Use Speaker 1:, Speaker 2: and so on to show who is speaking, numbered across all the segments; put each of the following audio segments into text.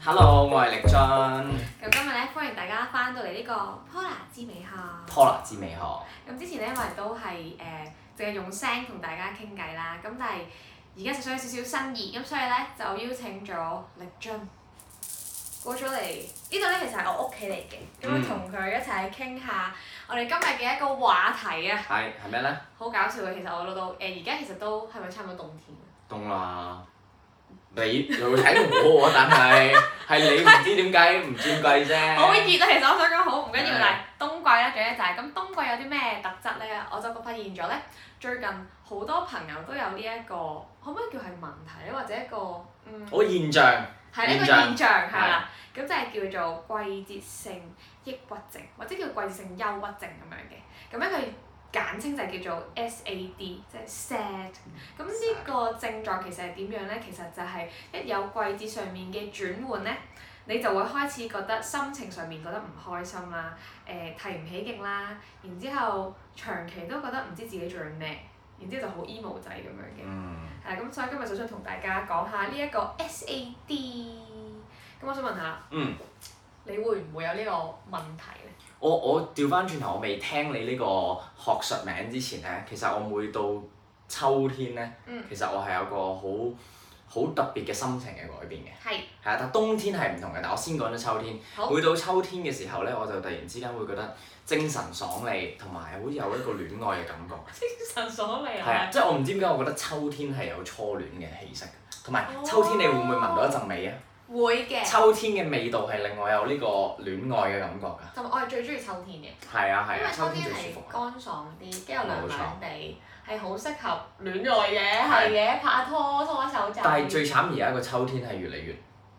Speaker 1: Hello，我係力津
Speaker 2: 咁今日咧，歡迎大家翻到嚟呢個 Pola 之美學。
Speaker 1: ，Paula 哦之美學，
Speaker 2: 咁之前咧，我哋都係誒，呃淨係用聲同大家傾偈啦。咁但係而家就想有少少新意，咁所以咧就邀請咗力津過咗嚟。呢度咧其實係我屋企嚟嘅，咁
Speaker 1: 嗯
Speaker 2: 我同佢一齊傾下我哋今日嘅一個話題啊，
Speaker 1: 係係咩咧？
Speaker 2: 好搞笑嘅。其實我老到誒而家其實都係咪差唔多冬天？
Speaker 1: 凍啦，你你會睇我喎，但係 係你唔知點解唔轉季啫。
Speaker 2: 好熱啊！其實我想講好唔緊要，
Speaker 1: 係
Speaker 2: 但係冬季咧，最緊要就係咁冬季有啲咩特質咧？我就發現咗咧，最近好多朋友都有呢、一個，可唔可以叫係問題咧，或者一個嗯，
Speaker 1: 好現象，
Speaker 2: 係呢個
Speaker 1: 現象
Speaker 2: 現象係啦。咁就係叫做季節性抑鬱症，或者叫季節性憂鬱症咁樣嘅。咁咧佢簡稱就係叫做 SAD，即係 sad。咁呢個症狀其實係點樣咧？其實就係一有季節上面嘅轉換咧，你就會開始覺得心情上面覺得唔開心啦，誒、提唔起勁啦，然之後長期都覺得唔知自己做緊咩，然之後就好 emo 仔咁樣嘅。
Speaker 1: 嗯，
Speaker 2: 係咁，所以今日就想同大家講下呢一個 SAD。咁我想問下，
Speaker 1: 嗯，
Speaker 2: 你會唔會有呢個問題咧？
Speaker 1: 我我調翻轉頭，我未聽你呢個學術名之前咧，其實我每到秋天咧，
Speaker 2: 嗯
Speaker 1: 其實我係有個好好特別嘅心情嘅改變嘅。
Speaker 2: 係，
Speaker 1: 係啊，但冬天係唔同嘅。但我先講咗秋天，
Speaker 2: 好
Speaker 1: 每到秋天嘅時候咧，我就突然之間會覺得精神爽利，同埋好有一個戀愛嘅感覺。
Speaker 2: 精神所未
Speaker 1: 係啊，即係我唔知點解，我覺得秋天係有初戀嘅氣息，同埋秋天你會唔會聞到一陣味啊？
Speaker 2: 會嘅。
Speaker 1: 秋天嘅味道係令我有呢個戀愛嘅感覺㗎。
Speaker 2: 同埋我係最中意秋天嘅，
Speaker 1: 係啊
Speaker 2: 因
Speaker 1: 係
Speaker 2: 為
Speaker 1: 啊，
Speaker 2: 秋
Speaker 1: 秋
Speaker 2: 天
Speaker 1: 天最舒
Speaker 2: 係
Speaker 1: 服啊。
Speaker 2: 乾爽啲，跟住涼
Speaker 1: 冇錯
Speaker 2: 涼地，係好適合戀愛嘅，係嘅，拍下拖拖下手仔。
Speaker 1: 但係最慘而家個秋天係越嚟越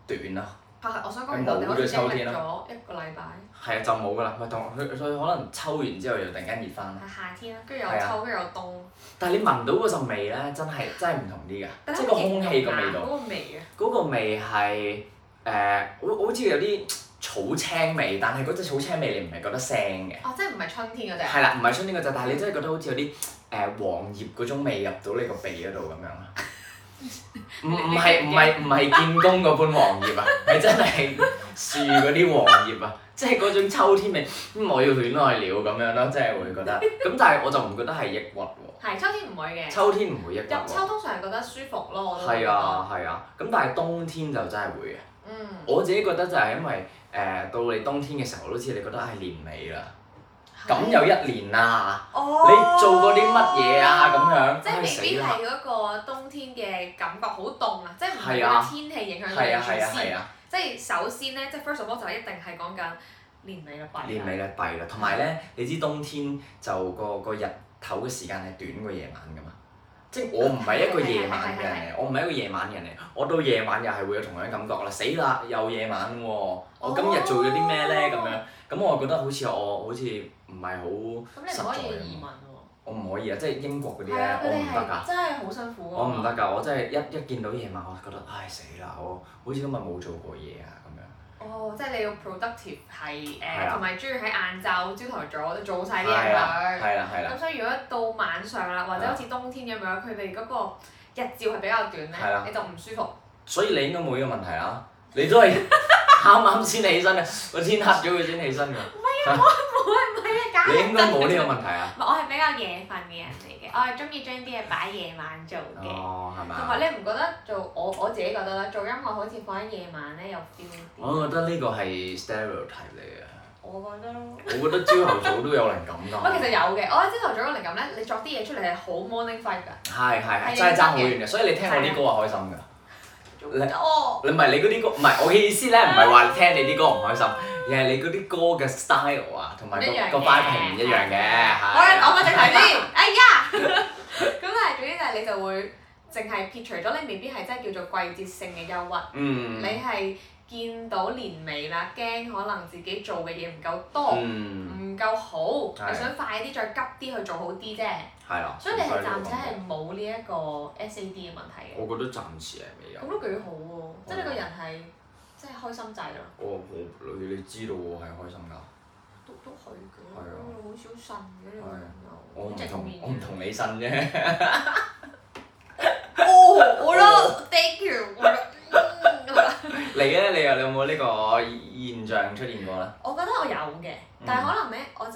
Speaker 1: 短啦。
Speaker 2: 係我想講，
Speaker 1: 係
Speaker 2: 我哋好
Speaker 1: 冇咗
Speaker 2: 似經
Speaker 1: 秋天啊
Speaker 2: 歷
Speaker 1: 啦
Speaker 2: 咗一個禮拜，
Speaker 1: 係啊，就冇㗎啦。咪同佢所以可能秋完之後又突然間熱翻啦。
Speaker 2: 係夏天啦，跟住又
Speaker 1: 嗯係啊
Speaker 2: 秋，跟住又凍，
Speaker 1: 但係你聞到嗰陣味咧，真係真係唔同啲㗎，
Speaker 2: 但
Speaker 1: 即係
Speaker 2: 係
Speaker 1: 個空氣個味道
Speaker 2: 嗰。個味啊，
Speaker 1: 嗰個味係誒、呃好好似有啲草青味，但係嗰隻草青味你唔係覺得腥嘅，
Speaker 2: 哦，即係唔係春天嗰隻。
Speaker 1: 係啦，唔係春天嗰隻，但係你真係覺得好似有啲誒、呃黃葉嗰種味入到你個鼻嗰度咁樣 啦。唔唔係唔係唔係建工嗰般黃葉啊， 係真係樹嗰啲黃葉啊，即係嗰種秋天味。嗯，我要戀愛了咁樣咯，即係會覺 得。咁但係我就唔覺得係抑鬱喎，
Speaker 2: 係秋天唔會嘅，
Speaker 1: 秋天唔會抑鬱
Speaker 2: 入秋
Speaker 1: 喎。
Speaker 2: 通常係覺得舒服咯，我都覺
Speaker 1: 係
Speaker 2: 得
Speaker 1: 啊，係啊，咁但係冬天就真係會嘅。
Speaker 2: 嗯，
Speaker 1: 我自己覺得就係因為誒、呃到你冬天嘅時候，好似你覺得係年尾啦，咁
Speaker 2: 係
Speaker 1: 又一年啦，
Speaker 2: 哦
Speaker 1: 你做過啲乜嘢啊？咁樣，
Speaker 2: 即係
Speaker 1: 唉
Speaker 2: 未
Speaker 1: 死
Speaker 2: 必
Speaker 1: 啦！
Speaker 2: 係嗰個冬天嘅感覺好凍啊，即係唔係
Speaker 1: 係啊
Speaker 2: 嗰個天氣影響
Speaker 1: 係啊係啊
Speaker 2: 你
Speaker 1: 係
Speaker 2: 先。
Speaker 1: 啊，
Speaker 2: 即係首先咧，即係 first of all 就一定係講緊年尾啦，
Speaker 1: 年尾咧弊啦，同埋咧，你知冬天就個個日頭嘅時間係短過夜晚噶嘛。即係我唔係一個夜晚嘅人嚟，我唔係一個夜晚嘅人嚟，我到夜晚又係會有同樣感覺啦，死啦又夜晚喎，我今日做咗啲咩咧咁
Speaker 2: 哦
Speaker 1: 樣，咁我覺得好似我好似唔係好，
Speaker 2: 咁你唔可以移民喎。
Speaker 1: 我唔可以啊，即係英國嗰啲
Speaker 2: 係
Speaker 1: 咧
Speaker 2: 啊，，佢
Speaker 1: 我唔
Speaker 2: 哋
Speaker 1: 得㗎
Speaker 2: 係。真係好辛苦㗎。
Speaker 1: 我唔得。㗎，我真係一一見到夜晚，我就覺得唉死啦！我好似今日冇做過嘢啊咁樣。
Speaker 2: 哦，即係你要 productive 係
Speaker 1: 係
Speaker 2: 誒，
Speaker 1: 啊
Speaker 2: 同埋中意喺晏晝、朝頭早都做晒啲嘢
Speaker 1: 係啊啦，
Speaker 2: 佢。
Speaker 1: 係啦，係啦，
Speaker 2: 咁所以如果到晚上啦，或者
Speaker 1: 係啊
Speaker 2: 好似冬天咁樣，佢哋嗰個日照係比較短
Speaker 1: 係啊
Speaker 2: 咧
Speaker 1: 啦，
Speaker 2: 你就唔舒服。
Speaker 1: 所以你應該冇呢個問題啦。你都係 啱啱先起身嘅，個天黑咗佢先起身㗎。
Speaker 2: 唔係啊，
Speaker 1: 你應該冇呢個問題 啊。
Speaker 2: 唔係，我係比較夜瞓嘅人嚟嘅，我係中意將啲嘢擺夜晚做嘅。
Speaker 1: 哦，係咪
Speaker 2: 同
Speaker 1: 啊
Speaker 2: 埋你唔覺得做我我自己覺得啦，做音樂好似放喺夜晚咧有 feel 啲。
Speaker 1: 我覺得呢個係 stereotype 嚟嘅。
Speaker 2: 我覺得咯。
Speaker 1: 我覺得朝頭早都有靈 感
Speaker 2: 我其
Speaker 1: 㗎。
Speaker 2: 實有嘅，我喺朝頭早嘅靈感咧，你作啲嘢出嚟係好 morning five 㗎。
Speaker 1: 係係
Speaker 2: 係
Speaker 1: 係，真係爭好遠嘅。所以你聽我啲歌係開心㗎。
Speaker 2: 做
Speaker 1: 你
Speaker 2: 哦，
Speaker 1: 你唔係你嗰啲歌，唔係我嘅意思咧，唔係話聽你啲歌唔開心，而係你嗰啲歌嘅 style à, 啊，同埋
Speaker 2: 唔一樣嘅
Speaker 1: 個個 vibe 係唔一樣嘅。係
Speaker 2: 我哋講翻正題 先。哎呀，咁但係總之就係你就會淨係撇除咗，你未必係真係叫做季節性嘅憂鬱，
Speaker 1: 嗯
Speaker 2: 你係見到年尾啦，驚可能自己做嘅嘢唔夠多。
Speaker 1: 嗯，
Speaker 2: 唔夠好，
Speaker 1: 係啊
Speaker 2: 你想快啲再急啲去做好啲啫，
Speaker 1: 係啦。
Speaker 2: 所以你係暫時係冇呢一個 SAD 嘅問題嘅，
Speaker 1: 我覺得暫時係未有
Speaker 2: 咁。都幾好喎，即係你個人係即係開心仔咯，
Speaker 1: 我我你你知道我係開心㗎，
Speaker 2: 都都去嘅，
Speaker 1: 係啊
Speaker 2: 好少信嘅呢個人又
Speaker 1: 我唔
Speaker 2: 好正
Speaker 1: 同
Speaker 2: 面
Speaker 1: 我唔
Speaker 2: 嘅，
Speaker 1: 同你信 啫。哦
Speaker 2: 哦，我咯，thank you，我咯，嗯好啦
Speaker 1: 你咧，你又有冇呢個現象出現過咧？
Speaker 2: 我覺得我有嘅，但係可能咧我就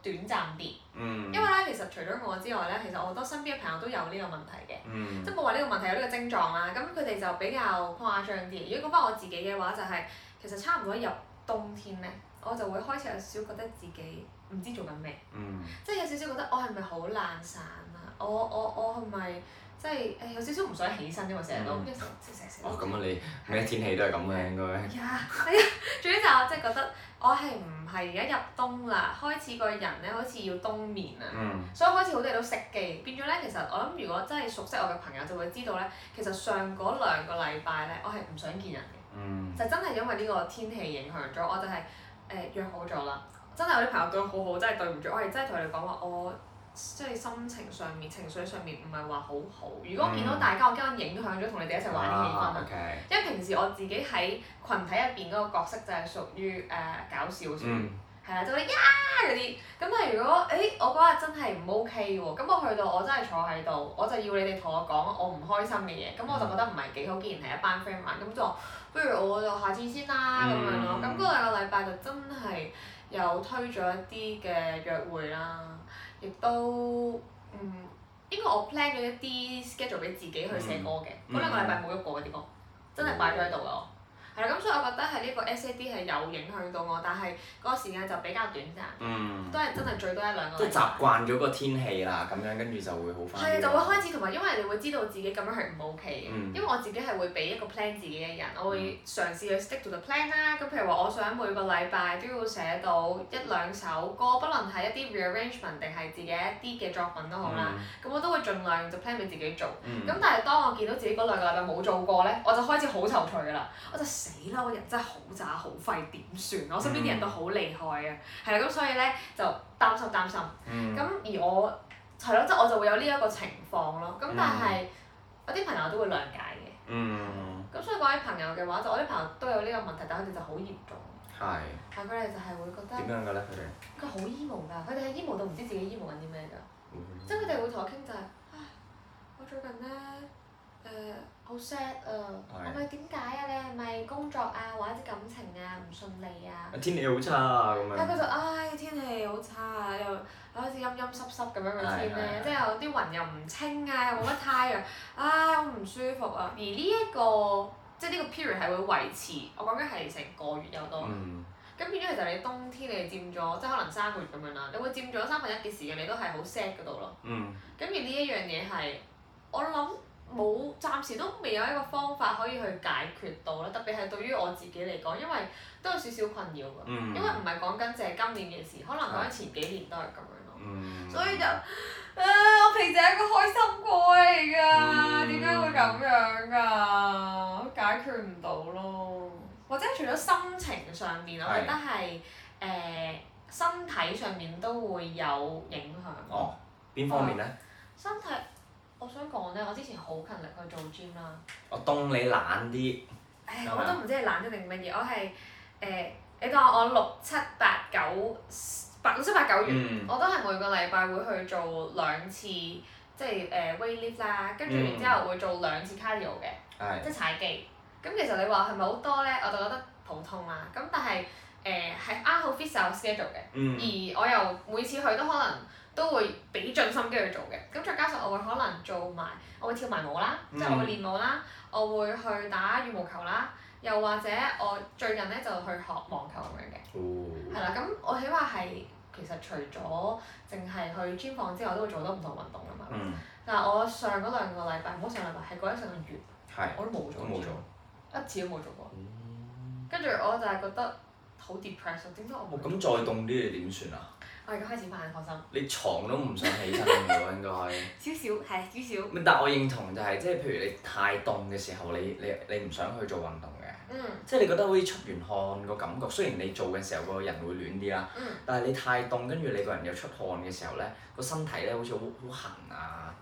Speaker 2: 短暫啲，
Speaker 1: 嗯，
Speaker 2: 因為咧其實除咗我之外咧，其實我好多身邊嘅朋友都有呢個問題嘅。
Speaker 1: 嗯
Speaker 2: 即係冇話呢個問題有呢個症狀啦，咁佢哋就比較誇張啲。如果講翻我自己嘅話，就係、其實差唔多入冬天咧，我就會開始有少少覺得自己唔知做緊咩，
Speaker 1: 嗯
Speaker 2: 即係有少少覺得我係咪好懶散啊？我我我係咪即係誒有少少唔想起身，因為成日都
Speaker 1: 嗯
Speaker 2: 一成即係成日
Speaker 1: 哦，咁啊，你咩天氣都係咁嘅應該。
Speaker 2: 呀， 係啊，總之就我真係覺得我係唔係而家入冬啦，開始個人咧好似要冬眠啊。
Speaker 1: 嗯
Speaker 2: 所以開始好多嘢都識嘅，變咗咧，其實我諗如果真係熟悉我嘅朋友就會知道咧，其實上嗰兩個禮拜咧，我係唔想見人嘅，
Speaker 1: 嗯
Speaker 2: 就真係因為呢個天氣影響咗，我就係、誒、約好咗啦。真係有啲朋友對我好好，真係對唔住，我係真係同佢哋講話我。即係心情上面、情緒上面唔係話好好。如果我見到大家，我驚影響咗同你哋一齊玩嘅氣氛啊
Speaker 1: 啊。OK。À,
Speaker 2: 因為平時我自己喺群體入邊嗰個角色就係屬於誒、搞笑少少
Speaker 1: 嗯
Speaker 2: 係啦，就會呀嗰啲。咁但係如果誒、欸我嗰日真係唔 OK 喎，咁我去到我真係坐喺度，我就要你哋同我講我唔開心嘅嘢，咁我
Speaker 1: 嗯
Speaker 2: 就覺得唔係幾好。既然係一班 friend 玩，咁就話不如我就下次先啦咁樣咯。
Speaker 1: 嗯
Speaker 2: 咁嗰兩個禮拜就真係有推咗一啲嘅約會啦，亦都嗯。應該我 plan 咗一啲 schedule 俾自己去寫歌嘅，嗰、
Speaker 1: 嗯
Speaker 2: 兩個禮拜冇喐過嗰啲歌，真係擺咗喺度啊㗎我。係啦，咁所以我覺得係呢個 SAD 係有影響到我，但係嗰個時間就比較短暫，
Speaker 1: 嗯
Speaker 2: 都。係真哦係最多一兩個
Speaker 1: 即係
Speaker 2: 禮拜。
Speaker 1: 習慣咗個天氣啦，咁樣跟住就會好翻。
Speaker 2: 係啊，就會開始同埋，因為你會知道自己咁樣係唔 OK 嘅，
Speaker 1: 嗯
Speaker 2: 因為我自己係會俾一個 plan 自己嘅人，我會嘗試去 stick to the plan 啦。咁譬如話，我想每個禮拜都要寫到一兩首歌，不論係一啲 rearrangement 定係自己一啲嘅作品都好啦。咁、我都會盡量就 plan 俾自己做。
Speaker 1: 嗯。
Speaker 2: 咁但係當我見到自己嗰兩個禮拜冇做過咧，我就開始好愁緒㗎啦，我就死啦！我人真係好渣好廢，點算？我身邊啲人都好厲害啊，係啦，咁所以咧就擔心擔心。
Speaker 1: 嗯。
Speaker 2: 咁而我係咯，即係我就會有呢一個情況咯。咁但係我啲朋友都會諒解嘅。
Speaker 1: 嗯，
Speaker 2: 咁所以講起朋友嘅話，就我啲朋友都有呢個問題，但係佢哋就好嚴重。
Speaker 1: 係
Speaker 2: 但係佢哋就係會覺得
Speaker 1: 點樣嘅咧？佢哋
Speaker 2: 佢好 emo 㗎，佢哋係 emo 到唔知自己 emo 緊啲咩㗎。即係佢哋會同我傾就係、唉，我最近咧誒好 sad 啊，
Speaker 1: 係
Speaker 2: 我咪點解啊？你係咪工作啊或者感情啊唔順利啊？
Speaker 1: 天氣好差啊咁
Speaker 2: 但係佢
Speaker 1: 樣。
Speaker 2: 就唉天氣好差啊，又又好似陰陰濕濕咁樣嘅天咧，
Speaker 1: 係係係
Speaker 2: 即係有啲雲又唔清啊，又冇乜太陽，唉好唔舒服啊！而呢、一個即係呢個 period 係會維持，我講緊係成個月有多。
Speaker 1: 嗯。
Speaker 2: 咁變咗其實你冬天你佔咗，即係可能三個月咁樣啦，你會佔咗三分一嘅時間，你都係好 sad 嗰度咯。
Speaker 1: 嗯。
Speaker 2: 咁而呢一樣嘢係我諗冇暫時都未有一個方法可以去解決到啦，特別係對於我自己嚟講，因為都有少少困擾㗎，因
Speaker 1: 嗯。
Speaker 2: 為唔係講緊淨係今年嘅事，可能講緊前幾年都係咁樣咯。
Speaker 1: 嗯。
Speaker 2: 所以就，啊！我平時係一個開心果嚟㗎，
Speaker 1: 嗯
Speaker 2: 點解會咁樣㗎？解決唔到咯。或者除咗心情上面，我覺得係誒、身體上面都會有影響。
Speaker 1: 哦，邊方面咧？
Speaker 2: 身體，我想講咧，我之前好勤力去做 gym 啦。
Speaker 1: 我當你懶啲。
Speaker 2: 唉，
Speaker 1: 有
Speaker 2: 我
Speaker 1: 咩
Speaker 2: 都唔知係懶咗定乜嘢，我係誒、你當我六七八九八六七八九月，
Speaker 1: 嗯。
Speaker 2: 我都係每個禮拜會去做兩次，即係誒、weight lift 啦，跟住然之後會做兩次 cardio 嘅，
Speaker 1: 係。
Speaker 2: 即係踩機。咁其實你話係咪好多咧？我就覺得普通啦。咁但係誒係啱好 fit 晒我 schedule 嘅。
Speaker 1: 嗯。
Speaker 2: 而我又每次去都可能都會俾盡心機去做嘅，咁再加上我會可能做埋，我會跳埋舞啦，
Speaker 1: 嗯
Speaker 2: 即係我會練舞啦，我會去打羽毛球啦，又或者我最近咧就去學網球咁樣嘅，係
Speaker 1: 哦。
Speaker 2: 啦，咁我起碼係其實除咗淨係去 gym 房之外，都會做好多唔同運動㗎嘛。
Speaker 1: 嗯。
Speaker 2: 但係我上嗰兩個禮拜，唔好上禮拜，係嗰一成個月，
Speaker 1: 係。
Speaker 2: 我都冇
Speaker 1: 我
Speaker 2: 做，
Speaker 1: 冇做。
Speaker 2: 一次都冇做過。跟住我就係覺得好 depressed，點解我
Speaker 1: 哦
Speaker 2: 冇？
Speaker 1: 咁再凍啲你點算啊？
Speaker 2: 我而家開始反放心，
Speaker 1: 你床都唔想起身喎，應該。
Speaker 2: 少少係少少，
Speaker 1: 咁但我認同就係、即係譬如你太凍嘅時候，你你你唔想去做運動嘅，
Speaker 2: 嗯。
Speaker 1: 即係你覺得好似出完汗個感覺。雖然你做嘅時候個人會暖啲啦，
Speaker 2: 嗯
Speaker 1: 但係你太凍，跟住你個人又出汗嘅時候咧，個身體咧好似好好痕啊，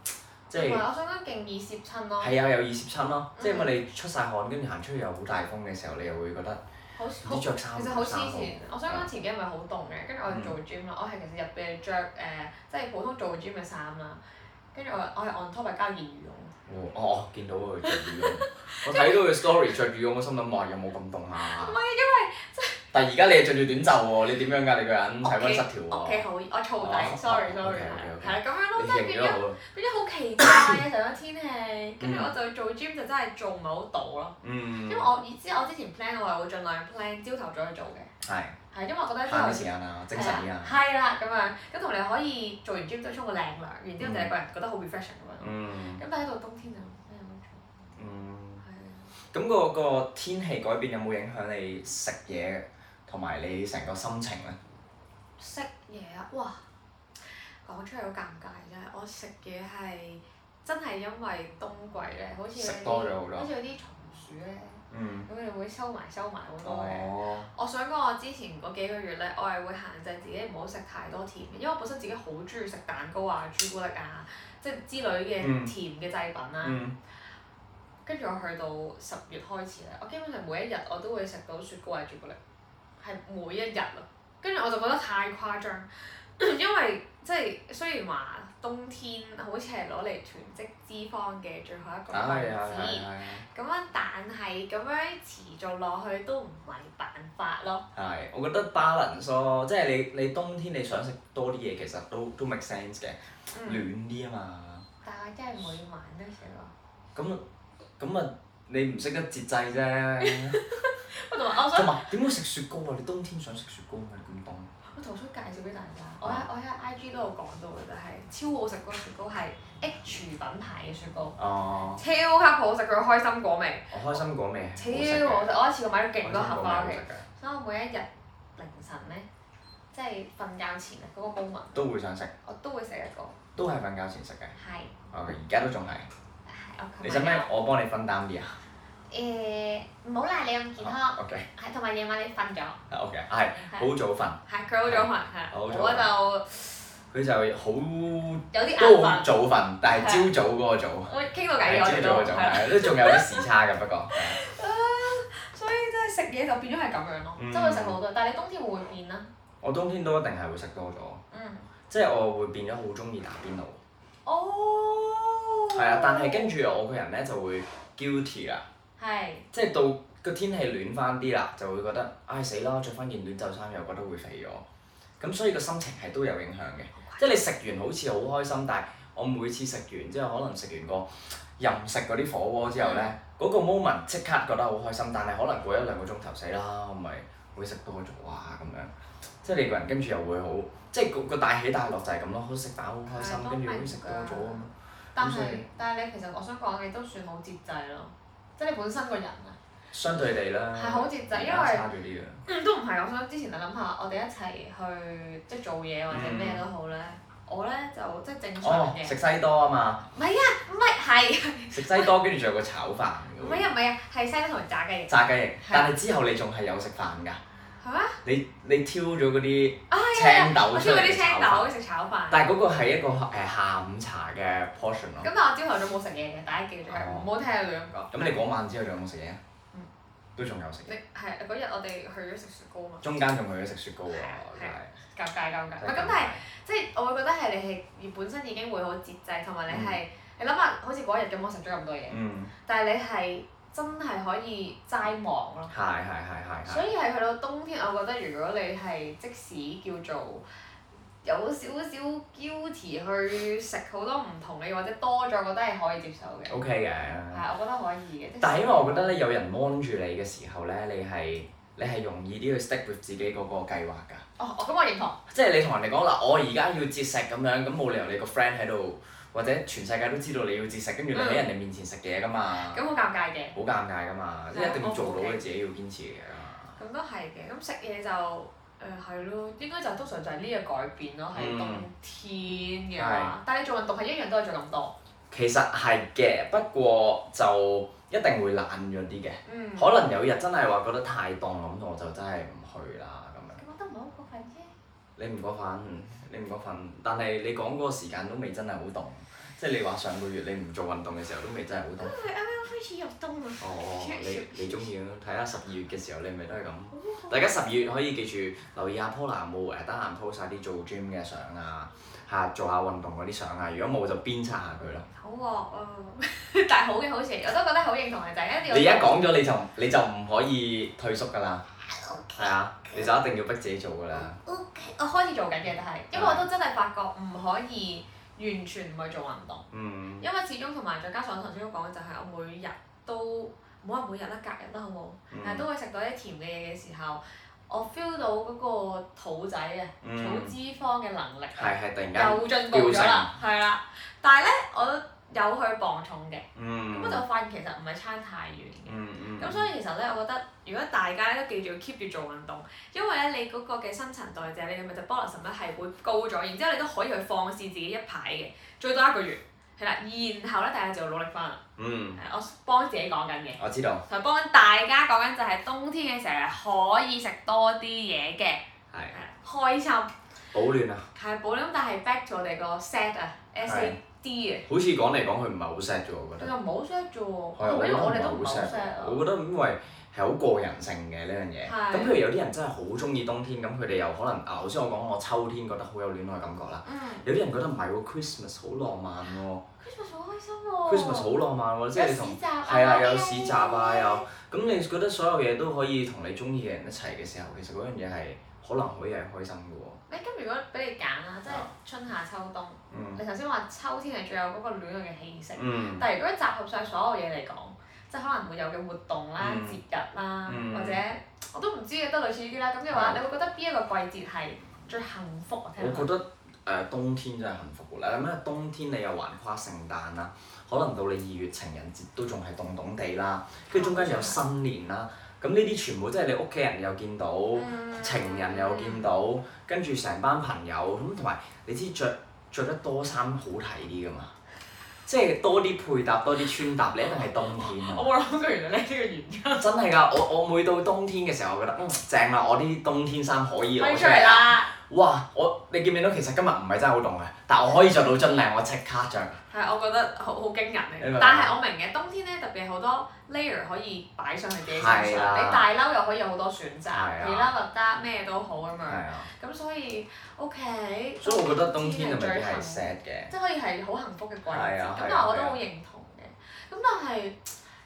Speaker 1: 即
Speaker 2: 同
Speaker 1: 係
Speaker 2: 埋我想講勁易攝親咯，
Speaker 1: 係啊，有二攝親咯。
Speaker 2: 嗯
Speaker 1: 即係因為你出晒汗，跟住行出去又好大風嘅時候，你又會覺得
Speaker 2: 好
Speaker 1: 唔
Speaker 2: 好
Speaker 1: 知着衫
Speaker 2: 其實
Speaker 1: 唔
Speaker 2: 好黐
Speaker 1: 着衫好
Speaker 2: 線。嗯我想講前幾日咪好啊凍嘅，跟住我去做 gym 啦，我係其實入邊係着誒即係普通做 gym 嘅衫啦，跟住我我係 on topic 加件羽絨，
Speaker 1: 我哦見到佢着羽絨， 我睇到佢 story 着羽絨，我心諗哇有冇咁凍啊？唔係因為但係而家你係着住短袖喎，你點樣㗎？你個人體温失調
Speaker 2: 屋企
Speaker 1: 喎，
Speaker 2: 好我燥
Speaker 1: 哦
Speaker 2: 底，sorry sorry，
Speaker 1: OK，OK，OK
Speaker 2: 係啦咁樣咯，
Speaker 1: 你
Speaker 2: 真係
Speaker 1: 形
Speaker 2: 變
Speaker 1: 容
Speaker 2: 咗
Speaker 1: 得好啊。
Speaker 2: 變咗好奇怪啊！成個天氣，跟住
Speaker 1: 嗯
Speaker 2: 我就做 gym 就真係做唔係好到咯，因
Speaker 1: 嗯
Speaker 2: 為，我以知我之前 plan 我係會盡量 plan 朝頭早去做嘅，
Speaker 1: 係
Speaker 2: 係因為我覺得
Speaker 1: 慳
Speaker 2: 朝頭
Speaker 1: 啲
Speaker 2: 早
Speaker 1: 時。間啊，精神啲啊。
Speaker 2: 係啦，咁樣咁同你可以做完 gym 都沖個靚涼，然之後就係個人覺得好 refreshing 咁樣。
Speaker 1: 嗯
Speaker 2: 咁但係到冬天就咩都冇做，
Speaker 1: 嗯，
Speaker 2: 係啊
Speaker 1: 咁個個天氣改變有冇影響你食嘢同埋你成個心情咧？
Speaker 2: 食嘢啊，哇！講出嚟好尷尬真係，我食嘢係真係因為冬季咧，好似有
Speaker 1: 食多
Speaker 2: 啲
Speaker 1: 咗好
Speaker 2: 好
Speaker 1: 多。
Speaker 2: 似有啲松鼠咧，
Speaker 1: 嗯。
Speaker 2: 咁你會收埋收埋好多嘅。
Speaker 1: 哦。
Speaker 2: 我想講我之前嗰幾個月咧，我係會限制自己唔好食太多甜嘅，因為我本身自己好中意食蛋糕啊、朱古力啊，即係之類嘅
Speaker 1: 嗯
Speaker 2: 甜嘅製品啊啦、
Speaker 1: 嗯。
Speaker 2: 跟住我去到十月開始咧，我基本上每一日我都會食到雪糕或者朱古力，係每一日啊。跟住我就覺得太誇張， 因為即係雖然話冬天好似係攞嚟囤積脂肪嘅最後一個
Speaker 1: 啊係
Speaker 2: 分
Speaker 1: 啊係
Speaker 2: 子，
Speaker 1: 啊
Speaker 2: 咁樣但係咁樣持續落去都唔係辦法咯。
Speaker 1: 係啊。係，我覺得 balance 咯，即係你你冬天你想食多啲嘢，其實都都 make sense 嘅，暖
Speaker 2: 嗯，
Speaker 1: 啲啊嘛。
Speaker 2: 但係我真係每晚都食咯。
Speaker 1: 咁咁啊，你唔識得節制 啫。
Speaker 2: 我同我想
Speaker 1: 同埋點會食雪糕啊？你冬天想食雪糕咩？咁凍。啊
Speaker 2: 我圖書介紹俾大家，我喺我喺 IG 都有講到嘅，就係超好食嗰個雪糕係 H 品牌嘅雪糕。
Speaker 1: 哦，
Speaker 2: 超級好食，佢開心果味，
Speaker 1: 我開心果味。
Speaker 2: 超好食！我一次過買咗勁多盒翻
Speaker 1: 翻
Speaker 2: 屋企，所以我每一日凌晨咧，即係瞓覺前啊嗰個 moment，
Speaker 1: 都會想食，
Speaker 2: 我都會食一個，
Speaker 1: 都係瞓覺前食嘅。
Speaker 2: 係
Speaker 1: 我
Speaker 2: 嗯
Speaker 1: 而家都仲係。
Speaker 2: 係我
Speaker 1: 你
Speaker 2: 琴
Speaker 1: 啊使唔使
Speaker 2: 晚
Speaker 1: 我幫你分擔啲啊
Speaker 2: 誒唔好賴你咁健康，
Speaker 1: 啊？OK，
Speaker 2: 係同埋夜晚你瞓咗，
Speaker 1: 啊 OK，係好早瞓，
Speaker 2: 係佢好早瞓，係
Speaker 1: 好
Speaker 2: 我
Speaker 1: 早
Speaker 2: 就
Speaker 1: 佢就好
Speaker 2: 有啲眼
Speaker 1: 都好
Speaker 2: 瞓，
Speaker 1: 早瞓，但係
Speaker 2: 係
Speaker 1: 朝早嗰個早，
Speaker 2: 我傾到偈
Speaker 1: 係
Speaker 2: 嘅我哋
Speaker 1: 朝早嗰
Speaker 2: 都
Speaker 1: 個早，
Speaker 2: 係啦，
Speaker 1: 係都仲有啲時差嘅，不過啊
Speaker 2: 所以真係食嘢就變咗係咁樣咯，
Speaker 1: 嗯
Speaker 2: 真係會食好多，但係你冬天會唔會變啦，
Speaker 1: 我冬天都一定係會食多咗，
Speaker 2: 嗯，
Speaker 1: 即係我會變咗好中意打邊爐，
Speaker 2: 哦，
Speaker 1: 係啊，但係跟住我個人咧就會 guilty 啦。
Speaker 2: 係。
Speaker 1: 即係到個天氣暖翻啲啦，就會覺得唉死啦，着翻件短袖衫又覺得會肥咗，咁所以個心情係都有影響嘅。即係你食完好似好開心，但係我每次食完之後，可能食完個任食嗰啲火鍋之後
Speaker 2: 嗯
Speaker 1: 呢，嗰、個 moment 即刻覺得好開心，但係可能過一兩個鐘頭死啦，我咪會食多咗啊咁樣。即係你個人跟住又會好，即係個個大起大落就係咁咯。好食飽好開心
Speaker 2: 係，都
Speaker 1: 跟住
Speaker 2: 明
Speaker 1: 好食多咗咁樣。
Speaker 2: 但
Speaker 1: 咁所
Speaker 2: 係
Speaker 1: 以
Speaker 2: 但係你其實我想講你都算好節制咯，即係你本身個人啊，
Speaker 1: 相對地啦，
Speaker 2: 係好節制
Speaker 1: 而
Speaker 2: 因
Speaker 1: 家
Speaker 2: 為
Speaker 1: 差咗啲嘅。啊
Speaker 2: 嗯都唔係。我想之前就諗下，我哋一齊去即係做嘢或者咩都好咧，我咧就即係正
Speaker 1: 嗯哦
Speaker 2: 常，嘅，
Speaker 1: 食西多啊嘛。
Speaker 2: 唔係啊，唔係係，
Speaker 1: 食西多跟住仲有個炒飯
Speaker 2: 唔
Speaker 1: 嘅
Speaker 2: 係啊，唔係啊，係西餐同埋炸雞翼，
Speaker 1: 炸雞翼，但係之後你仲係有食飯㗎。
Speaker 2: 係咩？
Speaker 1: 你你挑咗嗰啲
Speaker 2: 啊係啊
Speaker 1: 青，豆
Speaker 2: 我
Speaker 1: 出
Speaker 2: 知嗰
Speaker 1: 嚟
Speaker 2: 啲
Speaker 1: 炒
Speaker 2: 青
Speaker 1: 飯，
Speaker 2: 豆食炒飯，咁
Speaker 1: 但係嗰個係一個誒下午茶嘅 portion 咯。
Speaker 2: 但係我朝頭早冇食嘢嘅，大家記住係
Speaker 1: 哦
Speaker 2: 唔好聽佢咁講。
Speaker 1: 咁你嗰晚之後仲有冇食嘢啊
Speaker 2: 嗯？
Speaker 1: 都仲有食
Speaker 2: 你
Speaker 1: 嘢，
Speaker 2: 係嗰日我哋去咗食雪糕嘛，
Speaker 1: 中間仲去咗食雪糕喎，
Speaker 2: 係啊
Speaker 1: 真
Speaker 2: 尷尬尷尬。唔
Speaker 1: 係。
Speaker 2: 係咁，但係。即係我會覺得係你係本身已經會好節制，同埋你係、你諗下，好似嗰日咁，我食咗咁多嘢，
Speaker 1: 嗯，
Speaker 2: 但係你係真係可以齋忙咯。
Speaker 1: 係係係係
Speaker 2: 所
Speaker 1: 係。
Speaker 2: 以係去到冬天，我覺得如果你係即使叫做有少少 guilty 去食好多唔同嘅，或者多咗，我覺得係可以接受嘅。
Speaker 1: O K
Speaker 2: 係、
Speaker 1: 嘅，
Speaker 2: 我覺得可以嘅。即使
Speaker 1: 但係因為我覺得咧，有人 mon 住你嘅時候咧，你係你係容易啲去 stick with 自己嗰個計劃㗎。
Speaker 2: 哦，我咁我認同。
Speaker 1: 即係你同人哋講嗱，我而家要節食咁樣，咁冇理由你個 friend 喺度，或者全世界都知道你要節食，跟住你喺人哋面前食嘢噶嘛，
Speaker 2: 咁好尷尬嘅，
Speaker 1: 好尷尬噶嘛，即係一定要做到你自己要堅持嘅嘢啊
Speaker 2: 咁都係嘅。咁食嘢就誒係咯，應該就通常就係呢個改變咯，喺
Speaker 1: 嗯
Speaker 2: 冬天嘅話。但係你做運動係一樣都係做咁多。
Speaker 1: 其實係嘅，不過就一定會懶咗啲嘅，
Speaker 2: 嗯，咁
Speaker 1: 可能有日真係話覺得太凍咁，我就真係唔去啦咁樣。
Speaker 2: 我都唔係好過分啫。
Speaker 1: 你唔過分，你唔過分，但係你講嗰個時間都未真係好凍，即係你話上個月你唔做運動嘅時候都未真係好凍。
Speaker 3: 因為啱啱開始入冬啊。
Speaker 1: 哦，你你中意咯睇下十二月嘅時候你咪都係咁。大家十二月可以記住留意下 Pola 有冇誒得閒 po 晒啲做 gym 嘅相啊，下做下運動嗰啲相啊。如果冇就鞭策下佢咯。
Speaker 2: 好惡啊！ 但係好嘅好事，我都覺得好認同嘅就係一定
Speaker 1: 你
Speaker 2: 要
Speaker 1: 而家講咗你就你就唔可以退縮㗎啦，係啊，你就一定要逼自己做㗎啦。
Speaker 2: 我開始做緊嘅，但係
Speaker 1: 啊
Speaker 2: 因為我都真係發覺唔可以完全唔去做運動，
Speaker 1: 嗯，
Speaker 2: 因為始終同埋再加上我頭先都講嘅就係我每日都唔好話每日啦，隔日啦好冇，
Speaker 1: 嗯
Speaker 2: 但係都會食到啲甜嘅嘢嘅時候，我 feel 到嗰個肚仔啊，
Speaker 1: 嗯
Speaker 2: 儲脂肪嘅能力啊
Speaker 1: 係係突然間，
Speaker 2: 又進步咗啦，係啦，但係咧我有去磅重嘅，咁
Speaker 1: 嗯
Speaker 2: 我就發現其實唔係差太遠嘅。
Speaker 1: 嗯嗯，
Speaker 2: 咁所以其實咧，我覺得如果大家都記住要 keep 住做運動，因為咧你嗰個嘅新陳代謝，你嘅 metabolism 咧係會高咗，然之後你都可以去放肆自己一排嘅，最多一個月，係啦。然後咧，大家就要努力翻啦。係
Speaker 1: 嗯，
Speaker 2: 我幫自己講緊嘅，
Speaker 1: 我知道，
Speaker 2: 同埋幫大家講緊就係冬天嘅時候係可以食多啲嘢嘅，係
Speaker 1: 係
Speaker 2: 啦開心
Speaker 1: 保暖啊，
Speaker 2: 係保暖，但係 back to 我哋個 set 啊，S A D 啊，
Speaker 1: 好似講嚟講去唔係好 sad 啫喎，我覺
Speaker 2: 佢
Speaker 1: 得。
Speaker 2: 又唔好 set 啫
Speaker 1: 係
Speaker 2: 喎，
Speaker 1: 我
Speaker 2: 因為
Speaker 1: 覺得
Speaker 2: 我哋都唔
Speaker 1: 唔
Speaker 2: 係好
Speaker 1: 係好
Speaker 2: set
Speaker 1: sad
Speaker 2: 啊。
Speaker 1: 我覺得因為係好個人性嘅呢樣嘢。
Speaker 2: 係
Speaker 1: 咁譬如有啲人真係好中意冬天，咁佢哋又可能啊，頭先我講我秋天覺得好有戀愛感覺啦。
Speaker 2: 嗯
Speaker 1: 有啲人覺得唔係喎，Christmas 好浪漫喎
Speaker 2: ，Christmas 好開心喎
Speaker 1: ，Christmas 好浪漫喎，即係你同
Speaker 2: 哦有市集啊
Speaker 1: 係啊，有市集
Speaker 2: 嗰
Speaker 1: 啊，
Speaker 2: 啲
Speaker 1: 有咁你覺得所有嘢都可以同你中意嘅人一齊嘅時候，其實嗰樣嘢係可能可以係開心嘅喎。
Speaker 2: 你咁如果俾你揀啦，即係春夏秋冬，
Speaker 1: 啊嗯
Speaker 2: 你頭先話秋天係最有嗰個戀愛嘅氣息，
Speaker 1: 嗯
Speaker 2: 但係如果集合晒所有嘢嚟講，即係可能會有嘅活動啦、
Speaker 1: 嗯
Speaker 2: 節日啦，
Speaker 1: 嗯
Speaker 2: 或者我都唔知嘅，都類似呢啲啦。咁嘅話，
Speaker 1: 係
Speaker 2: 你會覺得邊一個季節係最幸福啊？聽
Speaker 1: 我覺
Speaker 2: 落
Speaker 1: 得誒、呃冬天真係幸福㗎啦，咁啊冬天你又橫跨聖誕啦，可能到你二月情人節都仲係凍凍地啦，跟住中間有新年啦，咁呢啲全部即係你屋企人又見到，
Speaker 2: 嗯
Speaker 1: 情人又見到，跟住成班朋友咁，同埋你知着着得多衫好睇啲㗎嘛，即係多啲配搭多啲穿搭，你一定係冬天 啊
Speaker 2: 我！冇諗過原來呢個原因。
Speaker 1: 真係㗎，我我每到冬天嘅時候，我覺得嗯正啦，我啲冬天衫可以攞
Speaker 2: 推
Speaker 1: 出
Speaker 2: 出
Speaker 1: 嚟
Speaker 2: 嚟
Speaker 1: 啦。
Speaker 2: 啦，
Speaker 1: 哇！我你見唔見到其實今日唔係真係好凍嘅，啊但我可以着到真靚，我即刻着。
Speaker 2: 係我覺得好好驚人
Speaker 1: 明啊白
Speaker 2: 嚟。但係我明嘅，冬天咧特別好多 layer 可以擺上去自己身上，
Speaker 1: 係啦
Speaker 2: 你大褸又可以有好多選擇，
Speaker 1: 係啊
Speaker 2: 皮褸又得，咩都好咁樣。
Speaker 1: 係啊，
Speaker 2: 咁所以 OK，
Speaker 1: 所以我覺得冬天就未必係
Speaker 2: 係最幸
Speaker 1: sad 嘅。
Speaker 2: 即係可以係好幸福嘅季節。
Speaker 1: 係啊
Speaker 2: 咁但
Speaker 1: 係啊
Speaker 2: 係我都好認同嘅。咁但係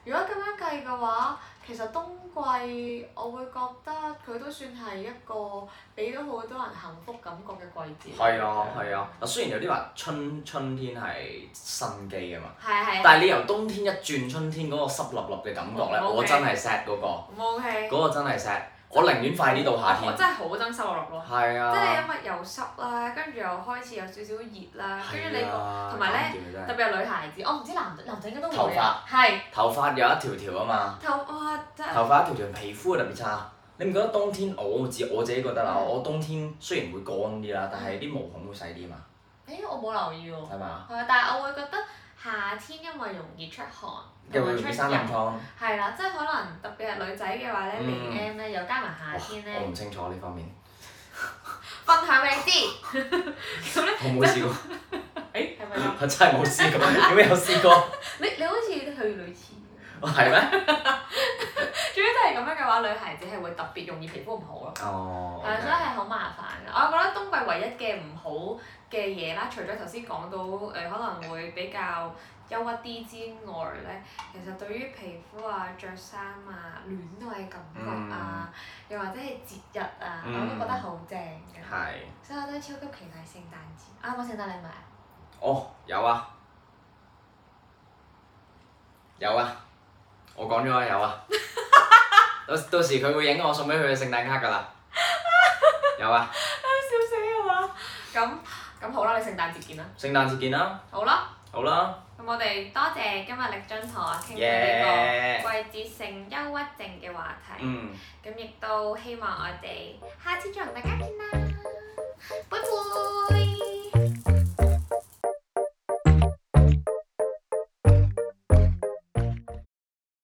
Speaker 2: 如果咁樣計嘅話，其實冬季我會覺得佢都算係一個俾到好多人幸福感覺嘅季節。
Speaker 1: 係啊，係啊。嗱，雖然有啲話春春天係新機啊嘛，
Speaker 2: 係啊。係係。
Speaker 1: 但係你由冬天一轉春天嗰個濕立立嘅感覺咧，
Speaker 2: 嗯，OK
Speaker 1: 我真係 sad 嗰個，
Speaker 2: 唔 OK。
Speaker 1: 嗰個真係 sad。我寧願快啲到夏
Speaker 2: 我
Speaker 1: 天。
Speaker 2: 真係好憎收落咯。
Speaker 1: 係
Speaker 2: 即係
Speaker 1: 啊。
Speaker 2: 因為又濕啦，跟住又開始有少少熱啦，跟住你
Speaker 1: 係
Speaker 2: 個
Speaker 1: 啊
Speaker 2: 同埋
Speaker 1: 搞唔掂啊
Speaker 2: 特
Speaker 1: 真
Speaker 2: 別
Speaker 1: 係
Speaker 2: 係女孩子，我唔知男仔男仔應該都
Speaker 1: 頭
Speaker 2: 會
Speaker 1: 髮
Speaker 2: 啊，係
Speaker 1: 頭髮有一條條啊嘛。
Speaker 2: 頭哇真係
Speaker 1: 頭髮一條條，皮膚特別差。你唔覺得冬天我自我自己覺得啦，
Speaker 2: 嗯
Speaker 1: 我冬天雖然會乾啲啦，但係啲毛孔會細啲嘛，
Speaker 2: 誒我冇留意喎。
Speaker 1: 係嘛？
Speaker 2: 係啊，但係我會覺得夏天因為容易出汗，
Speaker 1: 又
Speaker 2: 同
Speaker 1: 會
Speaker 2: 埋
Speaker 1: 容易
Speaker 2: 出
Speaker 1: 生冷
Speaker 2: 油，
Speaker 1: 瘡。
Speaker 2: 係啦，即係可能特別係女仔嘅話咧，
Speaker 1: 嗯
Speaker 2: 你 M 咧又加埋夏
Speaker 1: 哦
Speaker 2: 天
Speaker 1: 哇我
Speaker 2: 咧
Speaker 1: 唔，清楚呢方面，
Speaker 2: 分享俾你知，
Speaker 1: 我冇試過，
Speaker 2: 誒 係咪啊？
Speaker 1: 我真係冇試 過。點解有試過？哦
Speaker 2: 你你好似去女 廁。
Speaker 1: 係咩？
Speaker 2: 最緊係咁樣嘅話，女孩子係會特別容易皮膚唔好咯，
Speaker 1: 哦
Speaker 2: 係啊，所以係好麻煩嘅。我覺得冬季唯一嘅唔好嘅嘢啦，除咗頭先講到誒、可能會比較憂鬱啲之外咧，其實對於皮膚啊、着衫啊、戀愛嘅感覺啊，又或者係節日啊，
Speaker 1: 嗯
Speaker 2: 我都覺得好正嘅
Speaker 1: OK。係。
Speaker 2: 所以我都超級期待聖誕節。啊，冇聖誕禮物啊！
Speaker 1: 哦，有啊，有啊，我講咗啊，有啊。到到時佢會影我送俾佢嘅聖誕卡㗎啦。有啊，
Speaker 2: 笑死我啦！咁咁好啦，你聖誕節見啦。
Speaker 1: 聖誕節見啦，
Speaker 2: 好啦，
Speaker 1: 好啦。
Speaker 2: 咁我哋多謝今日力津同我傾呢
Speaker 1: 耶！
Speaker 2: 個季節性憂鬱症嘅話題。
Speaker 1: 嗯，
Speaker 2: 咁亦都希望我哋下次再同大家見啦。